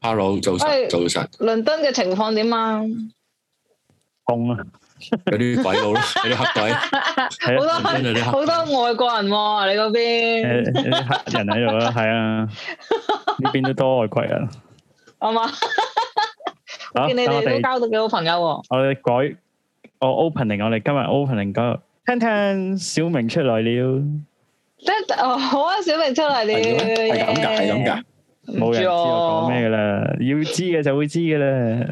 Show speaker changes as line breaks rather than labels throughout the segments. Hello，早晨，
喂
早晨，
倫敦嘅情況點啊？
痛
嗯
啊，
有啲鬼 佬啦，有啲黑鬼，
係
好
啊，
多
真係有啲
好
黑鬼。
多外國人喎、你嗰
誒
邊
有啲呃黑人喺 度啦，係啊，呢邊都多外國人。
係嘛？
好，
見你
啊等我
哋都
哋
交到幾好朋友喎、
我哋改我 opening，我哋今日 opening 嗰個聽聽小明出來了，
即係哦，好啊，小明出嚟了，
係咁㗎，係咁㗎
㗎，。
冇人知我講咩噶啦，要知嘅就會知噶啦。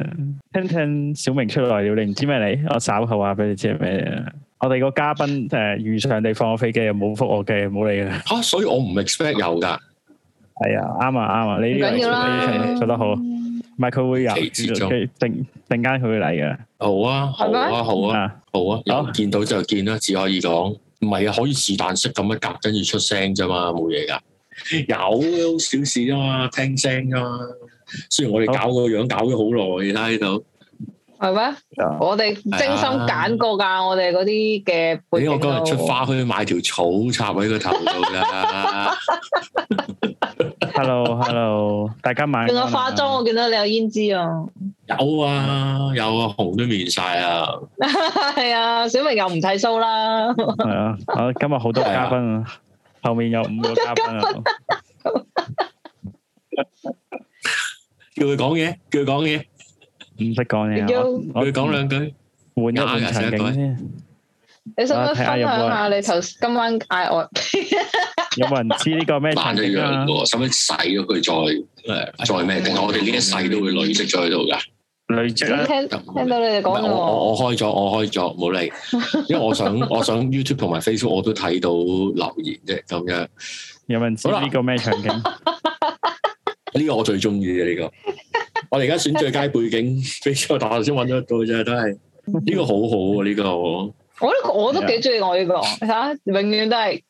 聽聽小明出來了，你唔知咩嚟？我稍後話俾你知係咩嚟啊。我哋個嘉賓誒遇上地放我飛機，又冇覆我嘅，冇理啦。
吓，所以我唔 expect 有㗎，
係啊，啱啊，啱啊，你
唔
呢個
緊要
explanation
啦，
做得好，唔係佢會有，
期之中
佢定定間佢會嚟嘅。
好啊，好
係咩
啊，好啊，
啊，
好啊，
好
有見到就見啦，只可以講，唔係啊，可以是但識咁樣夾，跟住出聲啫嘛，冇嘢㗎。有啊好小事啊嘛，聽聲啊嘛。雖然我哋搞個樣搞咗好耐，你睇到。
係咩？
啊
我哋精心揀過㗎，我哋嗰啲嘅背
咦，
景
我
都。
今日出花墟買條草插喺個頭度 啦，
Hello，Hello，大家晚安啊。
仲有化妝，我見到你有胭脂啊！
有啊，有啊，紅都面晒啊，
係啊，小明又唔睇須啦，
係啊，我今日好多嘉賓啊，後面有五個嘉 賓啊。
叫佢講嘢，叫佢講嘢，
唔識講嘢
要
啊，
叫
我
佢講兩句。
換一換場景先。
你想唔想分享
啊
下你頭今晚嗌我？
有冇人知呢個咩
扮
場
一
景
樣
啊？
喎，使唔使洗咗佢再誒再咩？定係我哋呢一世都會累積咗喺度㗎？
累積
聽
啦，
聽
得
到你哋
唔
講
係
嘅
我
喎，
我我開咗，我開咗，冇理， 因為我想我想 YouTube 同埋 Facebook 我都睇到留言啫，咁樣
有冇人知呢個咩場景？
呢個我最中意嘅呢個。我哋而家選最佳背景， 俾我頭先揾得到啫，都係呢個好好喎，呢個我
我都我都幾中意我呢個，你睇下，永遠都係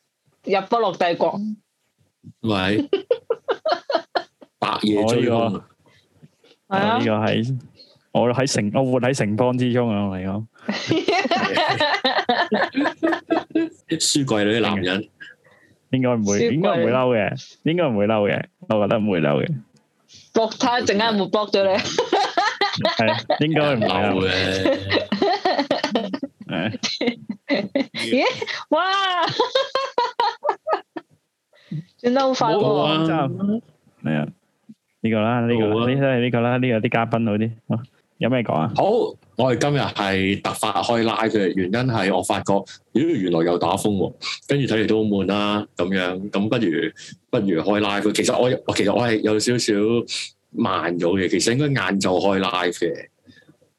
入不落帝國。
咪 白夜追
我
兇
呢
啊。
係
我
啊
呢個，喺我喺城，我活喺城邦之中啊！我嚟講，
書櫃裏啲男人，
應該唔會，
雪櫃
應該唔會嬲嘅，應該唔會嬲嘅，我覺得唔 會嬲嘅，
block 睇下陣間有冇 block 咗你？
係啊應該唔會
嬲
嬲嘅
嘅，
係。
哇！ 轉得好快
好
喎！
啊
係啊，呢個啦，呢個
好啊
啦呢都係呢個啦，呢個啲嘉賓好啲。好有咩講啊？
好，我哋今日係突發開 live 嘅原因係我發覺，咦，原來又打風喎，跟住睇嚟都好悶啦，咁樣，咁不如不如開 live。其實我我其實我係有少少慢咗嘅，其實應該晏晝開 live 嘅，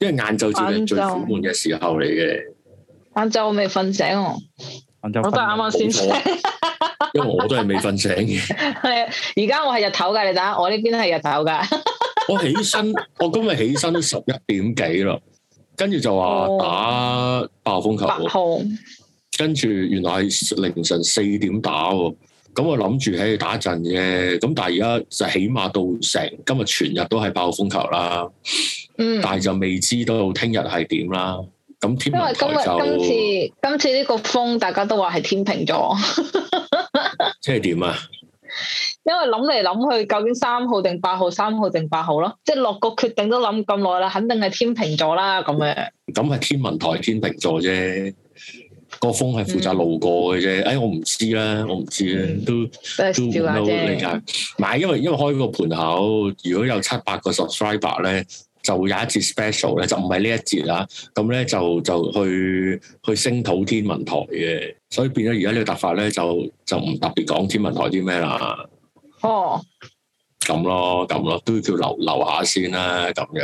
因為晏晝照嚟最苦悶嘅時候嚟嘅。
晏晝我未瞓醒喎，
我就
我都係啱啱啊先醒。
因為我都係未瞓醒 嘅。
係啊，而家我係日頭㗎，你睇下，我呢邊係日頭 㗎。
我起身，我今日起身都十一點幾啦，跟住就話
哦
打爆風球
八
喎。
號
跟住原來係凌晨四點打喎，咁我諗住喺度打一陣嘅，咁但係而家就起碼到成今日全日都係爆風球啦，
嗯。
但係就未知道聽日係點啦。咁天
因
文
為今日
台就
今次今次呢個風，大家都話係天秤座，
即係點啊？
因為諗嚟諗去，究竟三號定八號，三號定八號咯，即係落個決定都諗咁耐啦，肯定係天秤座啦咁樣。
咁係天文台天秤座啫，個風係負責路過嘅
嗯
啫。誒、哎，我唔知啦，我唔知啦，都
都啊係
都
笑下
唔係好理
啫，
解。唔係因為因為開個盤口，如果有七百個 subscriber 咧，就會有一節 special 咧，就唔係呢一節啦。咁咧就就去去聲討天文台嘅，所以變咗而家呢個突發咧就就唔特別講天文台啲咩啦，
哦，
咁咯咁咯，都叫留留下先啦咁樣。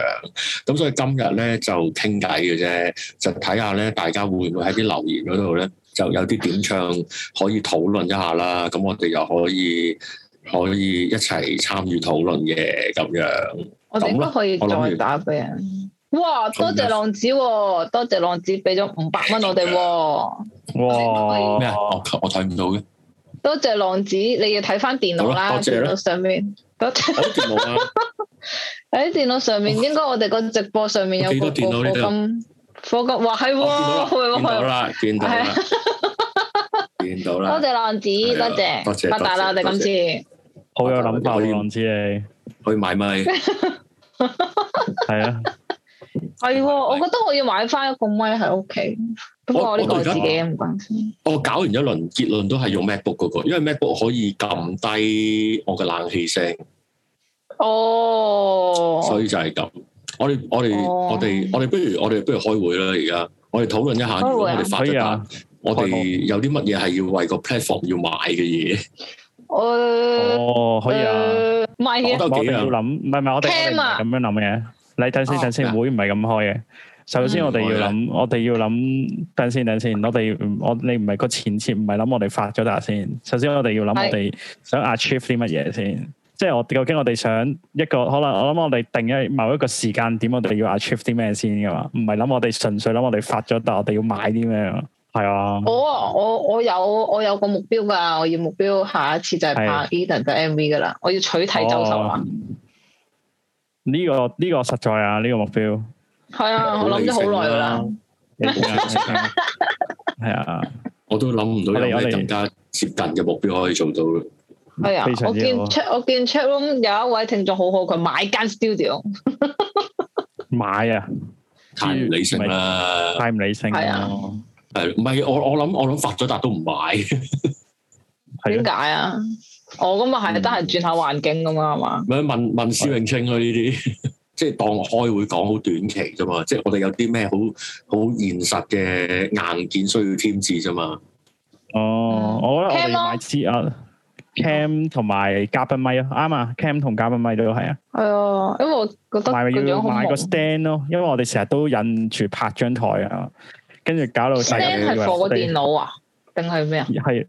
咁所以今日咧就傾偈嘅啫，就睇下咧大家會唔會喺啲留言嗰度咧就有啲點唱可以討論一下啦。咁我哋又可以可以一齊參與討論嘅咁樣。
我哋應該可以
咁啦我諗
再
住
打俾人。哇！多
咁
謝
樣
浪子喎、多謝浪子俾咗五百蚊我哋喎、
哇！
咩啊？我我睇唔到嘅，
多謝浪子，你要睇翻電腦
好
啦，
啦多謝
電
啦
腦上面，多謝
我啲電腦啊，
喺電腦上面，應該我哋個直播上面有
幾
個
多電腦
課
呢度
金，課金哇係喎，
我
係
見到
喎，
啦，見到啦，見到啦，見到
多
啦。
謝浪子，
係啊
多謝，
多謝
發達啦，我
多謝
哋今次
好有諗法喎，浪子你。
去買咪，
系啊，
係喎，我覺得我要買翻一個咪喺屋企。不過
我
我呢個
我
我
而家
自己唔關心。
我哦搞完一輪，結論都係用 MacBook 嗰、個，因為 MacBook 可以撳低我嘅冷氣聲，
哦，
所以就係咁。我哋我哋
哦
我哋我哋不如我哋不如開會啦，而家我哋討論一下，
開會啊
如果我哋發
可以
咗
啊
達，，我哋有啲乜嘢係要為個 platform 要買嘅嘢？
我
哦，可以啊，
誒呃唔係嘅
我，都
我
幾
哋
啊
要諗，唔係唔係，我哋我哋
Cam 啊
唔係咁樣諗嘅。你等先，
哦
等先，
啊
會唔係咁開嘅。首先
嗯
我哋要諗，我哋要諗，等先，等先，我哋唔我你唔係個前設，唔係諗我哋發咗達先。首先我哋要諗
係
我哋想 achieve 啲乜嘢先，即係我究竟我哋想一個可能我諗我哋定一某一個時間點，我哋要 achieve 啲咩先噶嘛？唔係諗我哋純粹諗我哋發咗達，我哋要買啲咩啊？係啊，
我啊我我有我有個目標㗎，我要目標下一次就係拍 Eden 嘅 MV 㗎啦，我要取締周秀啊
哦
華。
呢個呢個實在啊，呢個目標。
係啊，我諗咗好耐㗎啦。
系啊，
我都諗唔到有
我哋
咩
我哋
更加接近嘅目標可以做到。
係啊
非，常
我
之
見
好
chat 我見 chat room 有一位聽眾好好，佢買間 studio，
买啊，
太唔理性啦，
太唔理性
係啊
咯，
係唔係？我我諗我諗發咗達都唔買，
係
點
啊
解啊？我咁啊係
嗯
得閒轉下環境咁啊係嘛？
咪問問施永清咯啊呢啲， 即係當開會講好短期啫嘛，即係我哋有啲咩好好現實嘅硬件需要添置啫嘛。
哦，我覺得
Cam 咯
我哋要買支啊，cam 同埋嘉賓咪咯，啱啊，cam 同嘉賓咪都係啊，
係啊，因為我覺得
同埋
個樣
要
好
買個
朦。
stand 咯，因為我哋成日都忍住拍張台啊，跟住搞到大家
stand
以
係
為
放個
我哋
電腦啊，定係咩啊？
係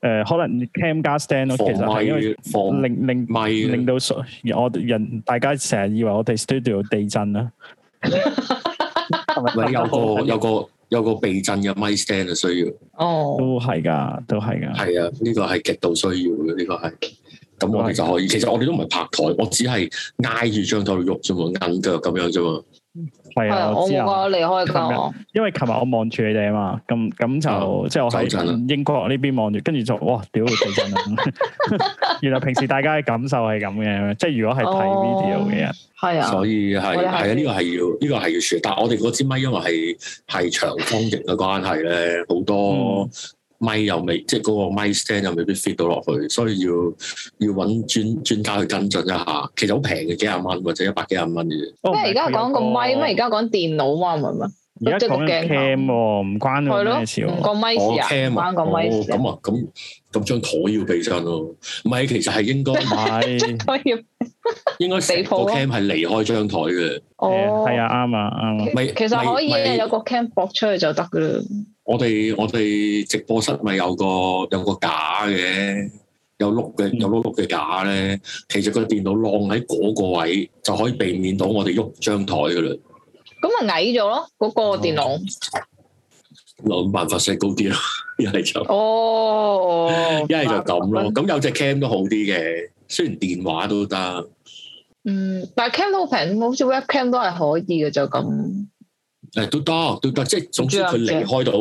誒，可能 cam 加 stand 嗯咯，其實係因為
防咪
令令
防咪
令到所我人大家成日以為我哋 studio 地震啊 啦，
咪有個
個
有個有個避震嘅咪 stand 啊，需要
哦，
都係㗎，都係㗎。
係啊，呢個係極度需要嘅，呢個係。咁我哋就可以，其實我哋都唔係拍台，我只係挨住張台度喐啫嘛，硬腳咁樣啫嘛。
係
係啊，
啊，
我
我知
冇
啊，
啊，離開
琴日
㗎我。
因為琴日我望住你哋啊嘛，咁咁就即係我
手震啊
喺英國呢邊望住，跟住就哇屌地震 啊！原來平時大家嘅感受係咁嘅，即係如果係睇
哦
video 嘅人，
係啊，
所以係
我
係
哋下
啊，
次
呢個係要呢個係要處，但係我哋嗰支咪因為係係長方形嘅關係咧，好
嗯哦
多咪又未即係嗰個咪 stand 又未必 fit 到落去，所以要要揾專專家去跟進一下。其實好平嘅，幾廿蚊或者一百幾廿蚊嘅啫。
哦
咩而家講個咪，咩而
而
家講電腦嘛，係咪咪？
家講緊
即係個鏡頭
cam 喎，唔關
係
我咩事
咯，唔
喎。
個咪
我
事啊，唔
cam 啊，
關個
哦
咪事啊。
咁啊，咁咁張台要避震咯。唔係，其實係 應該
唔係，
所以
應該成
地
個
鋪咯
cam 係離開張台嘅。
哦，
係，啊，啱啊，啱啊。
咪
其實可以
咪
啊，有個 cam 駁出去就得㗎啦。
我哋我哋直播室咪有個有個架嘅，有碌嘅
嗯
有碌碌嘅架咧。其實個電腦晾喺嗰個位就可以避免到我哋喐張台噶啦。
咁咪矮咗咯，嗰個電腦。
諗辦法 set 高啲咯，一係就
哦，
一係就咁 咯。。咁有隻 cam 都好啲嘅，雖然電話都得。
嗯，但係 cam 都好平，好似 webcam 都係可以嘅，就咁。
誒都得都得，即係總之佢
唔知啊
離開到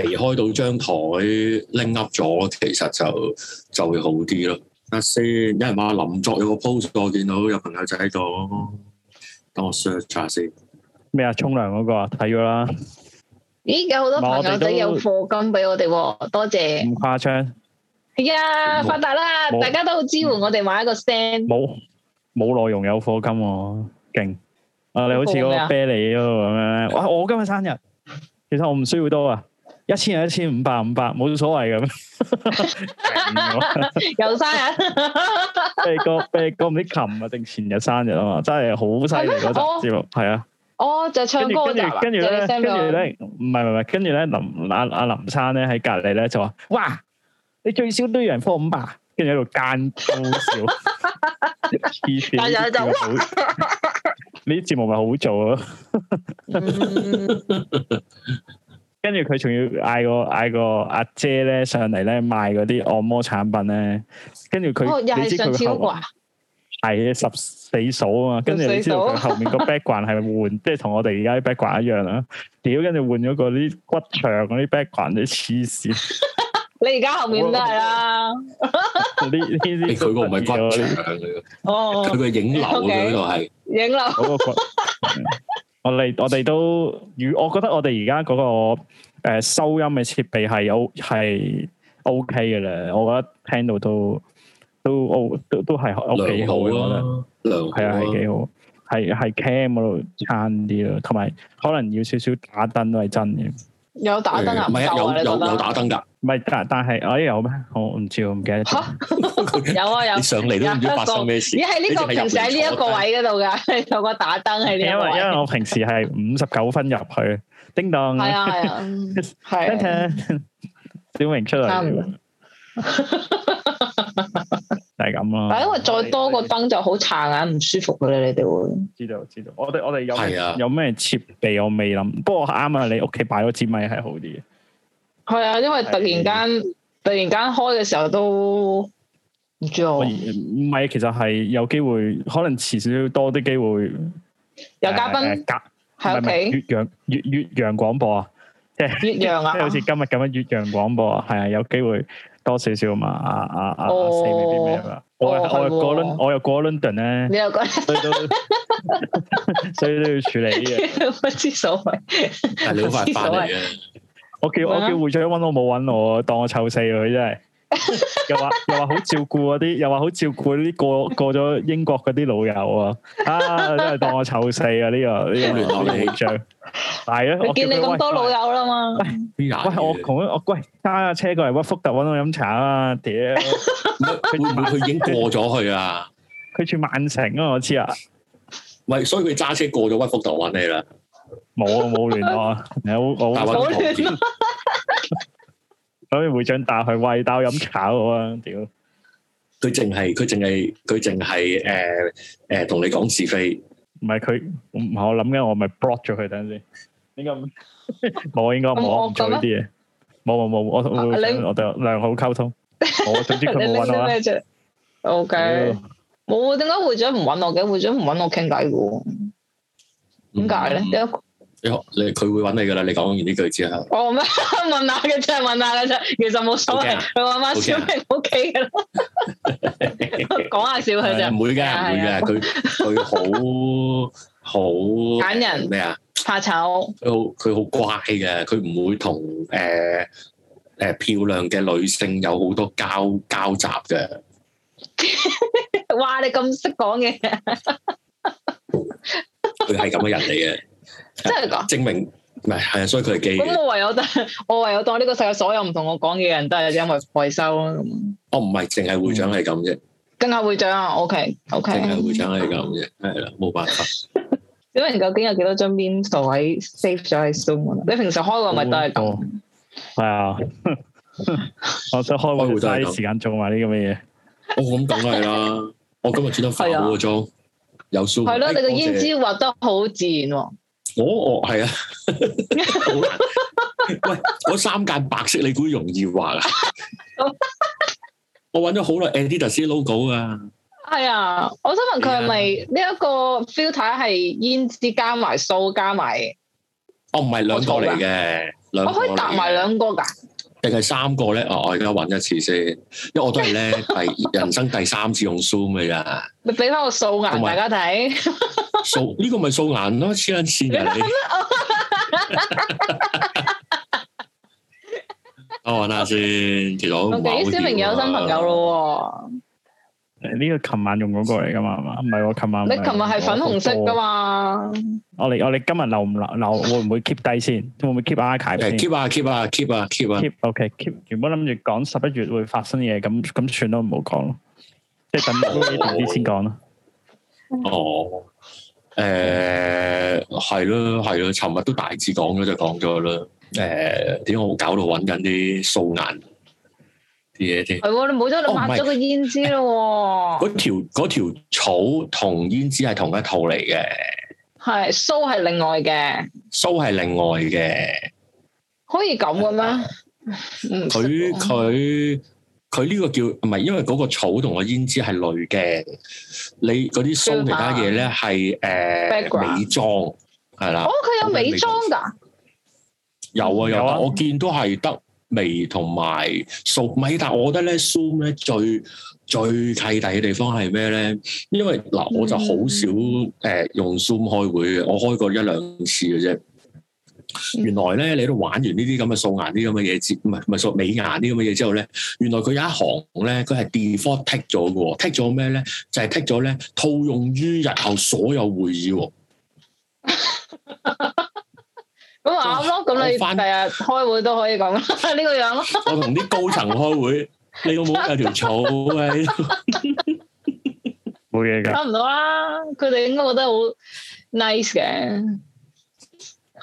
離開到張台拎 up 咗，其實就就會好啲咯。得先，有人話林作有個 post，我見到有朋友仔喺度，等我 search 下先。
咩啊？沖涼嗰個啊，睇咗啦，
咦，有好多朋友仔有課金俾我哋喎，多謝。
唔誇張，
係啊，
冇
發達啦！
冇
大家都好支援我哋買一個 stand。
冇冇內容有課金喎，勁！啊，你好似嗰
咩
個
啊
啤梨嗰個咁樣咧，哇！我今日生日，其實我唔需要多啊，一千啊，一千五百五百，冇所謂咁。
有生日
啤梨哥，啤梨哥唔知琴日定前日生日啊嘛，真係好犀利嗰集節目，係啊。
哦，就唱
跟
歌
住
嗰
跟
集
住
啊，就你 send
跟住咧，跟
俾我
住咧，唔係唔係，跟住咧林阿阿林生咧喺隔離咧就話：，哇！你最少都要人科五百，跟住喺度奸高笑，黐線！
但係就
呢啲節目好 呢啲節目咪好做咯。
嗯
跟住佢仲要嗌個嗌個阿姐咧上嚟咧賣嗰啲按摩產品咧，跟住佢、
哦，又
你知
係上次
佢
嗰個
後
啊，
係十四數啊嘛，跟住你知道佢
十四
後 面個 background 係換，即係同我哋而家啲啊 background 一樣啦。屌，跟住換咗個啲骨牆嗰啲 background 啲黐線，
你而家後面都係啦。
呢呢 啲
佢個唔係骨
嗰
牆嚟嘅，
哦，
佢個影樓嘅
OK
嗰度係
影樓
個骨。 我哋我哋都，如我覺得我哋而家嗰個呃收音嘅設備係 O 係 O K 嘅啦，我覺得聽到都都 O 都都係 O 幾
良
好啊
好
嘅，我覺得。
啦，良好
係啊，係
啦。
幾好，係
嗯
係 cam 嗰度差啲咯，同埋可能要少少打燈都係真嘅，
有打燈啊？
唔係啊，
夠
有
啊你覺
有有
得
打燈㗎，
唔係但但係哎有咩？我唔知我唔記得咗，
有啊有
你。上嚟都唔知發生咩事
咦，。係呢個
你淨係入嚟
平時喺呢一個位嗰度噶，有個打燈喺呢一
因
個
為因為
位。
我平時係五十九分入去，叮當，
係啊係啊，嗯
聽
係啊。
聽， 小明出嚟
差唔多
了，就係咁
但係因
咯。
為再多個燈就好殘眼，唔舒服噶啦，你哋會。
知道知道，我哋我哋有
係啊
有咩設備我未諗，不過啱啊！你屋企擺咗支咪係好啲嘅，
係啊，因為突然間突然間開嘅時候都唔知
我而
我
唔係其實係有機會，可能遲少少多啲機會
有嘉
呃
賓
夾
喺
唔係唔
屋
係越洋越越洋廣播啊，即係
企，越洋啊
即係，好似今日咁樣越洋廣播啊，係啊，有機會多少少嘛，啊啊啊啊
哦
四未必咩啦，我又
哦
我
係
又
喎
過倫我又過 London 咧，
你又覺得
所以都所以都要處理呢嘢。
不知所謂，
但係你好快翻嚟嘅，
我叫我
咩啊
叫會長揾我冇揾我，當我臭死佢真係。又話又話好照顧嗰啲，又話好照顧呢啲過過咗英國嗰啲老友啊！啊，真係當我臭死啊！呢個呢個
聯絡你
會長係啊！
你
我叫
見你
佢
咁
喂
多老友啦嘛，
喂
喂，我同佢我喂揸架車過嚟屈福特揾我飲茶啊！屌，
會唔會佢已經過咗去啊？
佢住曼城啊，我知啊，
喂，所以佢揸車過咗屈福特揾你啦，
冇啊，冇聯絡啊，有
但係
我
揾唔到
好
見。
所以會長帶佢喂帶我飲茶我啊！屌，
佢淨係佢淨係佢淨係誒誒同你講是非，
唔係佢，唔係我諗緊，我咪 block 咗佢等陣先。應該唔 冇，應該
咁
冇，我唔
惡
做
嘅
呢啲嘢。冇冇冇，我同會
啊
長
你
我哋良好溝通。我總之佢
你
冇
拎
揾我啊
啲
啦。
咩啫？O K，
屌
冇啊點解會長唔揾我嘅？會長唔揾我傾偈嘅喎，點解咧？點解
嗯你你佢會揾你㗎啦，你講完呢句之後，
我咩問下嘅啫，問下嘅啫，其實冇所
好
謂
驚啊，
佢揾翻小明 O K 嘅啦，講下笑佢
唔
啫，
會嘅，
係
唔
啊
會嘅，佢佢好好
揀人
咩啊？
怕醜，
佢好佢好乖嘅，佢唔會同誒誒漂亮嘅女性有好多交交集嘅。
哇！你咁識講嘅，
佢係咁嘅人嚟嘅，
真係㗎。
證明唔係係啊，所以佢係基嘅
咁。我唯有得，我唯有當呢個世界所有唔同我講嘅人都係因為害羞咯。咁
我哦唔係淨係會長
嗯
係咁啫，
更加會長啊，OK OK。
淨係會長係咁啫，係啦，冇辦 法。
小明究竟有幾多張邊座位 save 咗喺 Zoom 啊？你平時開個咪都係
好
咁
多，係啊， 我想開
開
會
會都係
嘥
咁
啲時間做埋呢啲咁嘅嘢。
我哦咁梗係啦，我今日專登化好個妝，有 s u
啊係咯，你個胭脂畫得好自然喎。
我我係啊， 好難。喂，嗰三間白色你估容易畫 啊？我揾咗好耐 Adidas 啲 logo 啊，
係啊，我想問佢係咪呢一個 filter 係胭脂加埋素加埋？
哦唔係兩個嚟嘅，兩
我
個
可以搭埋兩個㗎？
定係三個咧？哦，我而家揾一次先，因為我都係 咧第人生第三次用 Zoom 嘅咋，
你俾翻個素顏
同
大
埋
家睇。
素呢個咪素顏咯，黐撚線 嘅你。我哦揾下先，其實我
O
都唔係好
K，小明有
掂啊
新朋友。咯
呢個琴晚用嗰個嚟噶嘛？係嘛？唔係喎，琴
喎，
晚唔
你
係
琴日係粉紅色㗎嘛？
我哋我哋今日留唔留留會唔會 keep 低先？會唔會 keep archive
誒
先
keep 啊 keep 啊 keep 啊 keep 啊，
？keep OK keep。原本諗住講十一月會發生嘅嘢，咁咁算咯，唔好講咯。即係等呢啲先講咯。
哦，誒係咯係咯，尋日都大致講咗就講咗啦。誒點解我搞到揾緊啲素顏啲嘢添？
係喎，你冇咗你
哦唔
抹
係
咗個胭脂咯喎，
嗰條嗰條草同胭脂係同一套嚟嘅，
係須係另外嘅，
須係另外嘅。
可以咁嘅咩？唔識
佢
喎
佢佢呢個叫唔係，因為嗰個草同個胭脂係類嘅。你嗰啲須其他嘢咧係誒
Background
美妝係啦
哦，。佢有美妝㗎，
有啊有
有啊
啊，我見都係得味同埋數咪，但係我覺得咧 Zoom 咧最最契弟嘅地方係咩咧？因為嗱，
嗯
我就好少誒、呃用 Zoom 開會嘅，我開過一兩次嘅
嗯
啫。原來咧，你喺度玩完呢啲咁嘅素顏啲咁嘅嘢之，唔係唔係素美顏啲咁嘅嘢之後咧，原來佢有一行咧，佢係 default tick 咗嘅喎，tick 咗咩咧？就係 tick 咗咧，套用於日後所有會議喎。
咁咪啱咯，咁你
我返
第日開會都可以咁啦，呢個樣咯。
我同啲高層開會，你有冇有條草喺度？
冇嘢噶。
差唔多啦，佢哋應該覺得好 nice 嘅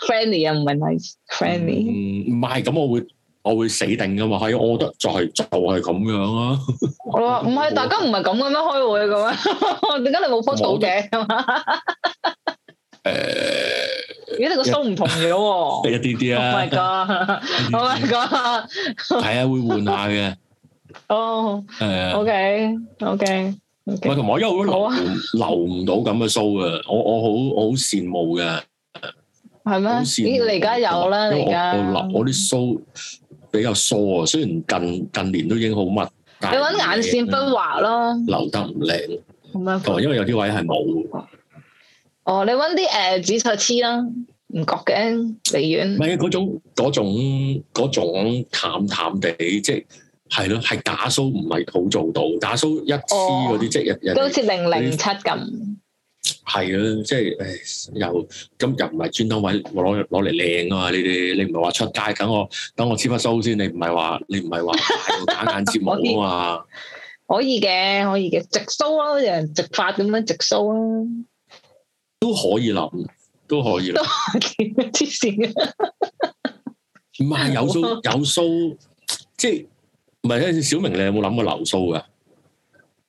，friendly 啊，唔係 nice，friendly。
嗯，唔係咁，我會我會死定噶嘛。係，我覺得就係、就係、咁樣啊。
我話唔係，大家唔係咁嘅咩？開會嘅咩？ 點解你冇 post 到嘅？
誒、
咦，你個須唔同咗喎
一啲啲
！Oh my
啊，
god！Oh
一啲
my god！
啲係啊，會換下嘅。
哦
誒、
，OK，OK，OK。
我同埋我因為我
好
留
啊
留唔到咁嘅 show 啊，我我好我好羨慕嘅。
係咩？
好羨慕
咦，你而家有啦，
因為
你而
我
家。
我留我啲 show 比較疏啊，雖然近近年都已經好密，但
你
係嗯
揾眼線筆畫咯，
留得唔靚，
咁樣
同埋因為有啲位係冇。
哦，你揾啲誒紫菜黐啦，唔覺嘅，離
唔
遠。
係嗰種嗰種嗰種淡淡地，即係係咯，係假須唔係好做到，假須一黐嗰啲，即係人人
都好
哋
似零零七咁，
係啦，即係誒又咁又唔係專登揾攞攞嚟靚啊嘛！你哋你唔係話出街等我等我黐筆須先，你唔係話你唔係話戴個假眼睫毛啊嘛？
可以嘅，可以嘅，直須咯，有人直髮咁樣直須 啦，
都可以諗，都可以諗。
黐線嘅，
唔係有須有須，即係唔係有陣時小明你有冇諗過留須噶？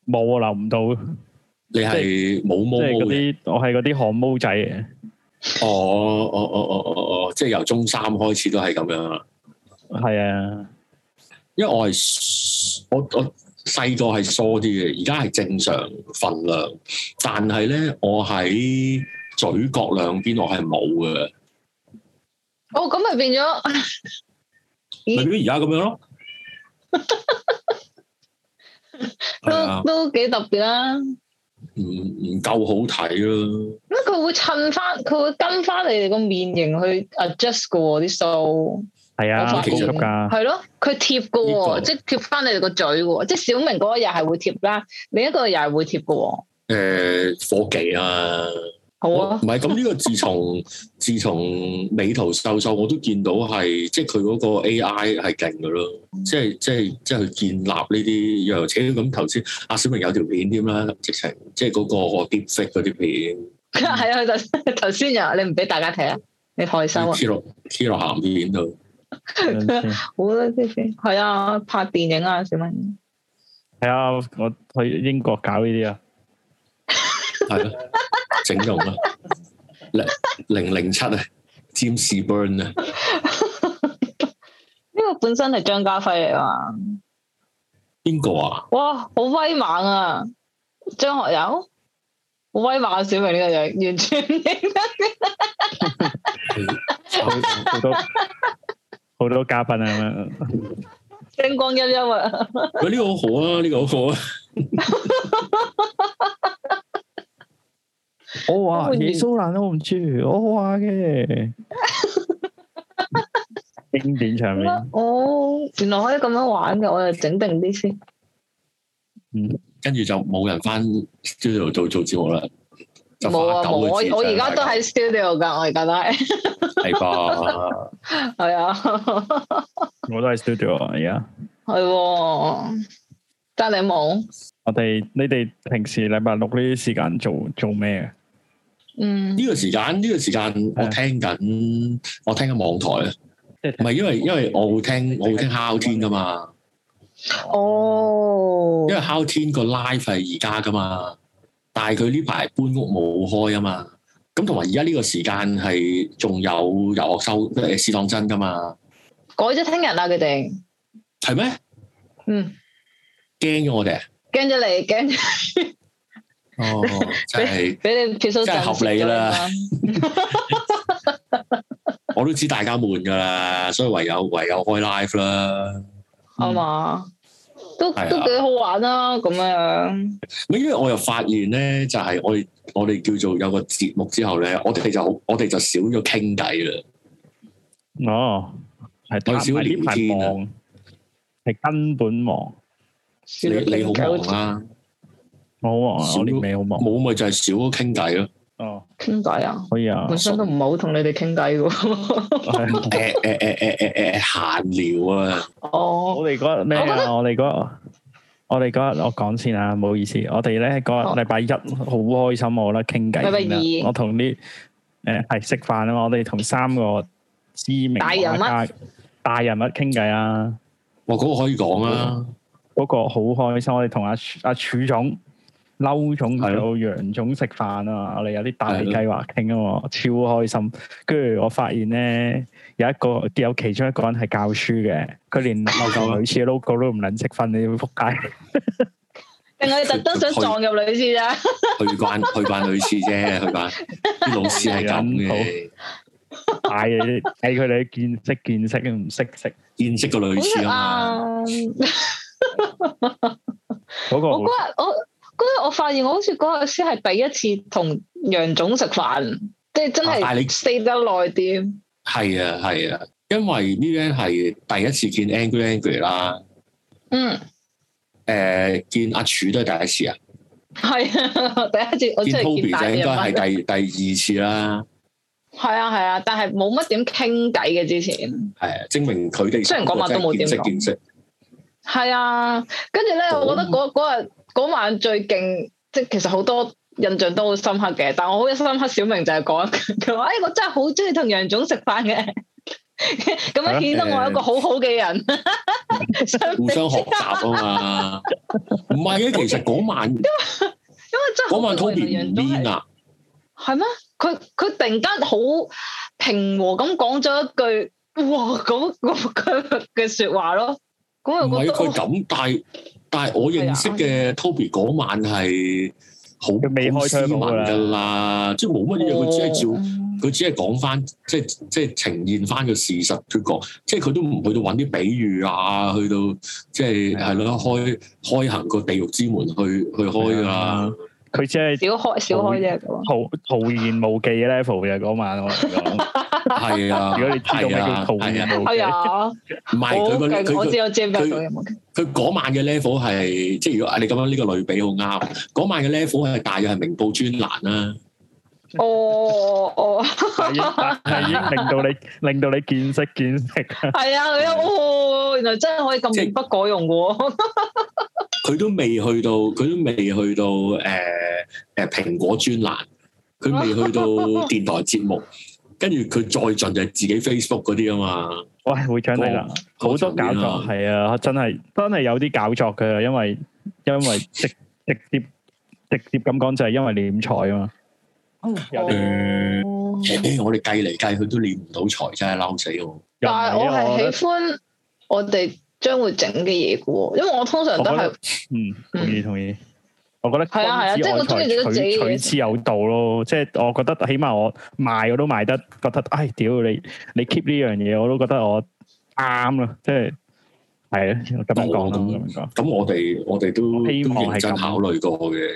冇啊，留唔到，
你係冇毛
即
毛
係嗰
嘅。
啲我係嗰啲汗毛仔嚟嘅。
哦哦哦哦哦哦，即係由中三開始都係咁樣啦。
係啊，
因為我係我我細個係疏啲嘅，而家係正常份量，但係咧我喺嘴角兩邊我係冇嘅，
哦，咁咪變咗，
咪
咦
變咗而家咁樣咯。係啊
都，都幾特別啦。
唔唔夠好睇咯。
咁佢會襯翻，佢會跟翻你哋個面型去 adjust 嘅喎啲須，
係啊，
我
發
高
現
級 㗎。
係咯，佢貼嘅
呢個
喎，即係貼翻你哋個嘴嘅喎，即係小明嗰個又係會貼啦，另一個又係會貼嘅喎。
誒、伙計啊，
好
我
啊
唔，係咁呢個自從自從美圖秀秀我都見到係即係佢嗰個 AI 係勁嘅咯，即係即係即係去建立呢啲又且咁頭先阿小明有條片添啦，直情即係嗰個 deepfake 嗰啲片
係啊，頭頭先又話你唔俾大家睇啊，你害羞啊，
貼落貼落鹹片度，
好啦，啲片係啊，拍電影啊，小明，
係啊，我去英國搞呢 啲啊，
係咯，整容啦，零零零七啊，James Burn 啊，
呢個本身係張家輝嚟啊嘛，
邊個啊？
哇，好威猛啊，張學友，好威猛啊，小明呢個樣，完全認得
好好多 好多嘉賓啊咁樣。
星光熠熠啊，
喂，呢個好好啊，呢個好好啊。
我話
會
耶
員
穌蘭都唔知，我話嘅經典場面，
哦，原來可以咁樣玩嘅，我就整定啲先，
跟住就冇人翻 studio 做做節目啦。就
冇啊
花
冇，
九個字
我我而家都喺 studio 噶，我而家都係，
係吧？
係啊。
我都喺 studio 啊而家。
系喎，得你冇，
我哋你哋平時禮拜六呢啲時間做做咩啊？
嗯，
呢個時間呢、個時間我聽緊我聽緊網台啊，
即
唔
係
係因為因為我會聽我會聽烤天噶嘛，
哦
因，為烤天個 live 係而家噶嘛，但係佢呢排搬屋冇開啊嘛，咁同埋而家呢個時間係仲有遊學收誒試當真噶嘛，
改咗聽日啦，佢哋，
係咩？
嗯，
驚咗我哋啊？
驚咗你，驚咗
哦， 真係
俾你票數
真係合理啦，我都知大家悶噶啦，所以唯有唯有開 live 啦。
啊嘛，都
係啊
都幾好玩啦，咁樣
唔係因為我又發現咧，就係、我哋我哋叫做有個節目之後咧，我哋就好我哋就少咗傾偈啦。
哦，係
我
搭
少
埋呢
聊
排
天啊
忙，係根本忙，
少咗
你你好
傾偈
忙啦，
我好忙啊，
少
我年尾好忙。
冇咪就係少咗傾偈 咯。
哦，
傾偈啊！
可以啊，
本身都唔係好同你哋傾偈喎。
係
誒誒誒誒誒誒閒聊啊！
哦，
我哋嗰日咩
我覺
啊？我哋嗰日我哋嗰日我講先啊，唔好意思，我哋咧嗰
好
日禮拜一好開心，我覺得傾偈。
禮拜
點啊
二
我同啲誒係食飯啊嘛，我哋同三個知名
大人物
畫家大人物傾偈啊。
哇，嗰、個可以講 啊！
嗰個好開心，我哋同阿處阿處總、嬲總仲
係
有楊總食飯啊嘛，我哋有啲大計劃傾啊嘛，超開心。跟住我發現咧，有一個有其中一個人係教書嘅，佢連女廁嘅 logo 都唔撚識分，你要撲街。
定係你特登想
佢
撞入女先啫？
去慣去慣類似啫，去慣啲老師係咁 嘅，
嗌你 嗌佢哋見識見識，唔識識
見識個類似啊嘛。
好食啊！
嗰個
我
好
嗰日我嗰日我發現我好似嗰日先係第一次同楊總食飯，即係真
啊但係你
係 stay 得耐啲。
係啊係啊，因為呢樣係第一次見 Angry Angry 啦，
嗯，
誒、見阿柱都係第一次啊，
係啊， 第一次我
見
真係
Toby
見大啊
就
嘅
應該
人物。
係第第二次啦。
係啊係啊，但係冇乜點傾偈嘅之前。
係啊，證明佢哋
雖然嗰晚都冇點
見
講
識見識，
係啊，跟住咧，
哦
我覺得嗰嗰日嗰晚最勁，即係其實好多印象都好深刻嘅。但我好深刻，小明就係講一句 佢話：，哎，我真係好中意同楊總食飯嘅，咁
係咯
樣顯得我係一個好好嘅人。
啊
相比
互 相學習啊嘛。唔係啊嘅，其實嗰晚
因為真係
嗰晚
好佩服
Toby
楊
唔
總
mean
係
啊，
係咩？佢佢突然間好平和咁講咗一句，哇！咁咁佢嘅説話咯，咁
唔係
我
啊
覺得啊
佢咁，但係但係我認識嘅 Toby 嗰晚係好
佢未
好
開
斯
槍啊
文
冇㗎啦
㗎啦，即係冇乜嘢，佢只係照。
哦
佢只係講翻，即係即係呈現翻個事實佢講，即係佢都唔去到揾啲比喻啊，去到即係
啊
係咯，開開行個地獄之門去去開啊！
佢只係
少開少開啫咁啊。
徒徒然無忌嘅 level 嘅嗰晚 我嚟講。
係啊，
如果你知道咩
係
叫
啊
徒
係啊，
然無忌
係，啊。
唔係
好
佢個
勁！我
佢
知我知咩
佢
到有冇？
佢嗰晚嘅 level 係，即係如果你咁樣呢個類比好啱，嗰晚嘅 level 係大約係明報專欄啦，
哦哦，
但係已經但係已經令 到你令到你見識見識。
係啊，佢哦，原來真係可以咁
即係
面不改容嘅喎。
佢都未去到，佢都未去到誒誒、呃蘋果專欄， 佢未去到電台節目，跟住佢再盡就係自己 Facebook 嗰啲啊嘛。
喂，會長你啦，好多搞作係啊，真係真係有啲搞作嘅，因為因為直直接直接咁講就係因為斂財啊嘛，有啲
誒
哦
誒我哋計嚟計去都練唔到財，真係嬲死我！
又唔
但係我
係
係
我
喜歡我哋將會整嘅嘢嘅喎，因為我通常都係
嗯同意同意，我覺得
係啊係啊即係我中意
君
做
子
得自
愛
己嘅
財
嘢
取取之有道咯，即係我覺得起碼我賣我都賣得，覺得唉屌你你 keep 呢樣嘢我都覺得我啱啦，即係係啊，咁樣講啦，咁樣講
咁我哋我哋都都
希望係咁
認真考慮過嘅，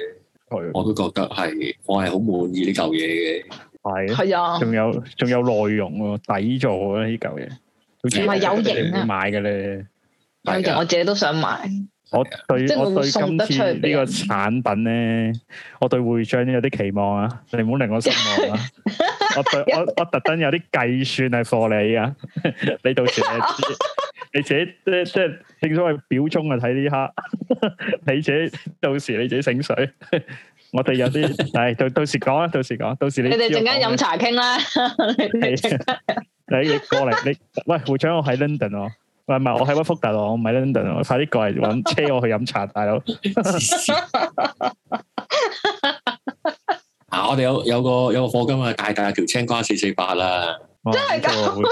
佢
我都覺得係我係好滿意呢嚿嘢嘅。
係
係啊，
啊。仲有仲有內容喎，抵做啊呢嚿嘢，唔
唔
係有型啊
買嘅咧。
有型我自己都想買。
我對
即係會
我對
送
今
得出
次
去俾
呢個
人
產品咧，我對會長有啲期望啊！你唔好令我失望 啊！我對我我特登有啲計算係貨你啊！ 你到時你 自己你自己即即係正所謂表中啊睇呢刻， 你自己到時你自己醒水。 我哋有啲係到到時講啦，到時講，到時
你
你
哋
知
陣
我
間
講咩
飲茶傾啦。
係你你過嚟，你喂會長，我喺 London 喎，喂唔係我喺屈福特喎，我唔喺 London 喎，快啲過嚟揾車我去飲茶，大佬
啊！我哋有有個有個課金啊，大大條青瓜四四八啦，
真
真係 搞笑，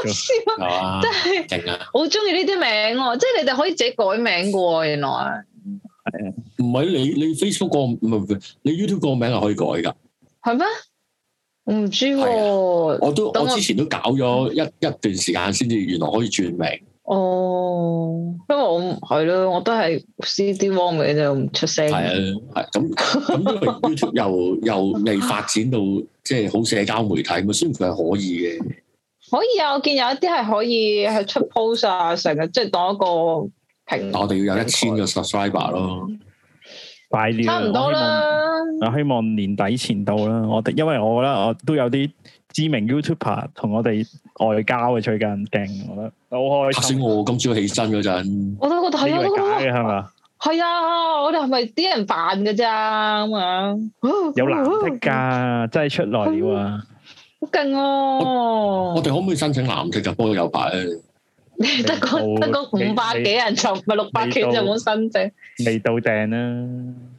係嘛？勁啊！
好中意呢啲名喎，即係你哋可以自己改名嘅喎，原來
唔係你你 Facebook 個唔係唔係你 YouTube 個名係可以改㗎。
係咩？我唔知喎。
我都
等
我
我
之前都搞咗一一段時間先至，原來可以轉名。
哦，因為我唔係咯，我都係 CD ROM 嘅啫，我唔出聲。
係啊，係咁咁，因為 YouTube 又又未發展到即係好社交媒體咁，啊雖然佢係可以嘅。
可以啊，我見有一啲係可以係出 post 啊，成日即係當一個平
哦
但我哋要有一千個 subscriber 咯，
快啲啦，
差唔多啦。
我希望。我希望年底前到啦，我哋因為我覺得我都有啲知名 YouTuber 同我哋外交嘅最近勁，我覺得好
嚇
開
死
心。
我！今朝起身嗰陣，
我都覺得
你以
係啊，我都覺
為假
得
嘅係嘛？
係啊，我哋係咪啲人扮嘅咋咁啊樣？
有藍剔㗎，真係出來了啊！
哦好勁
我
哦！
哋可唔可以申請藍剔㗎？不過有排啊
得個
你
得個
你
五百幾人就唔係六百幾就
你到
冇申請。
未到訂啦，啊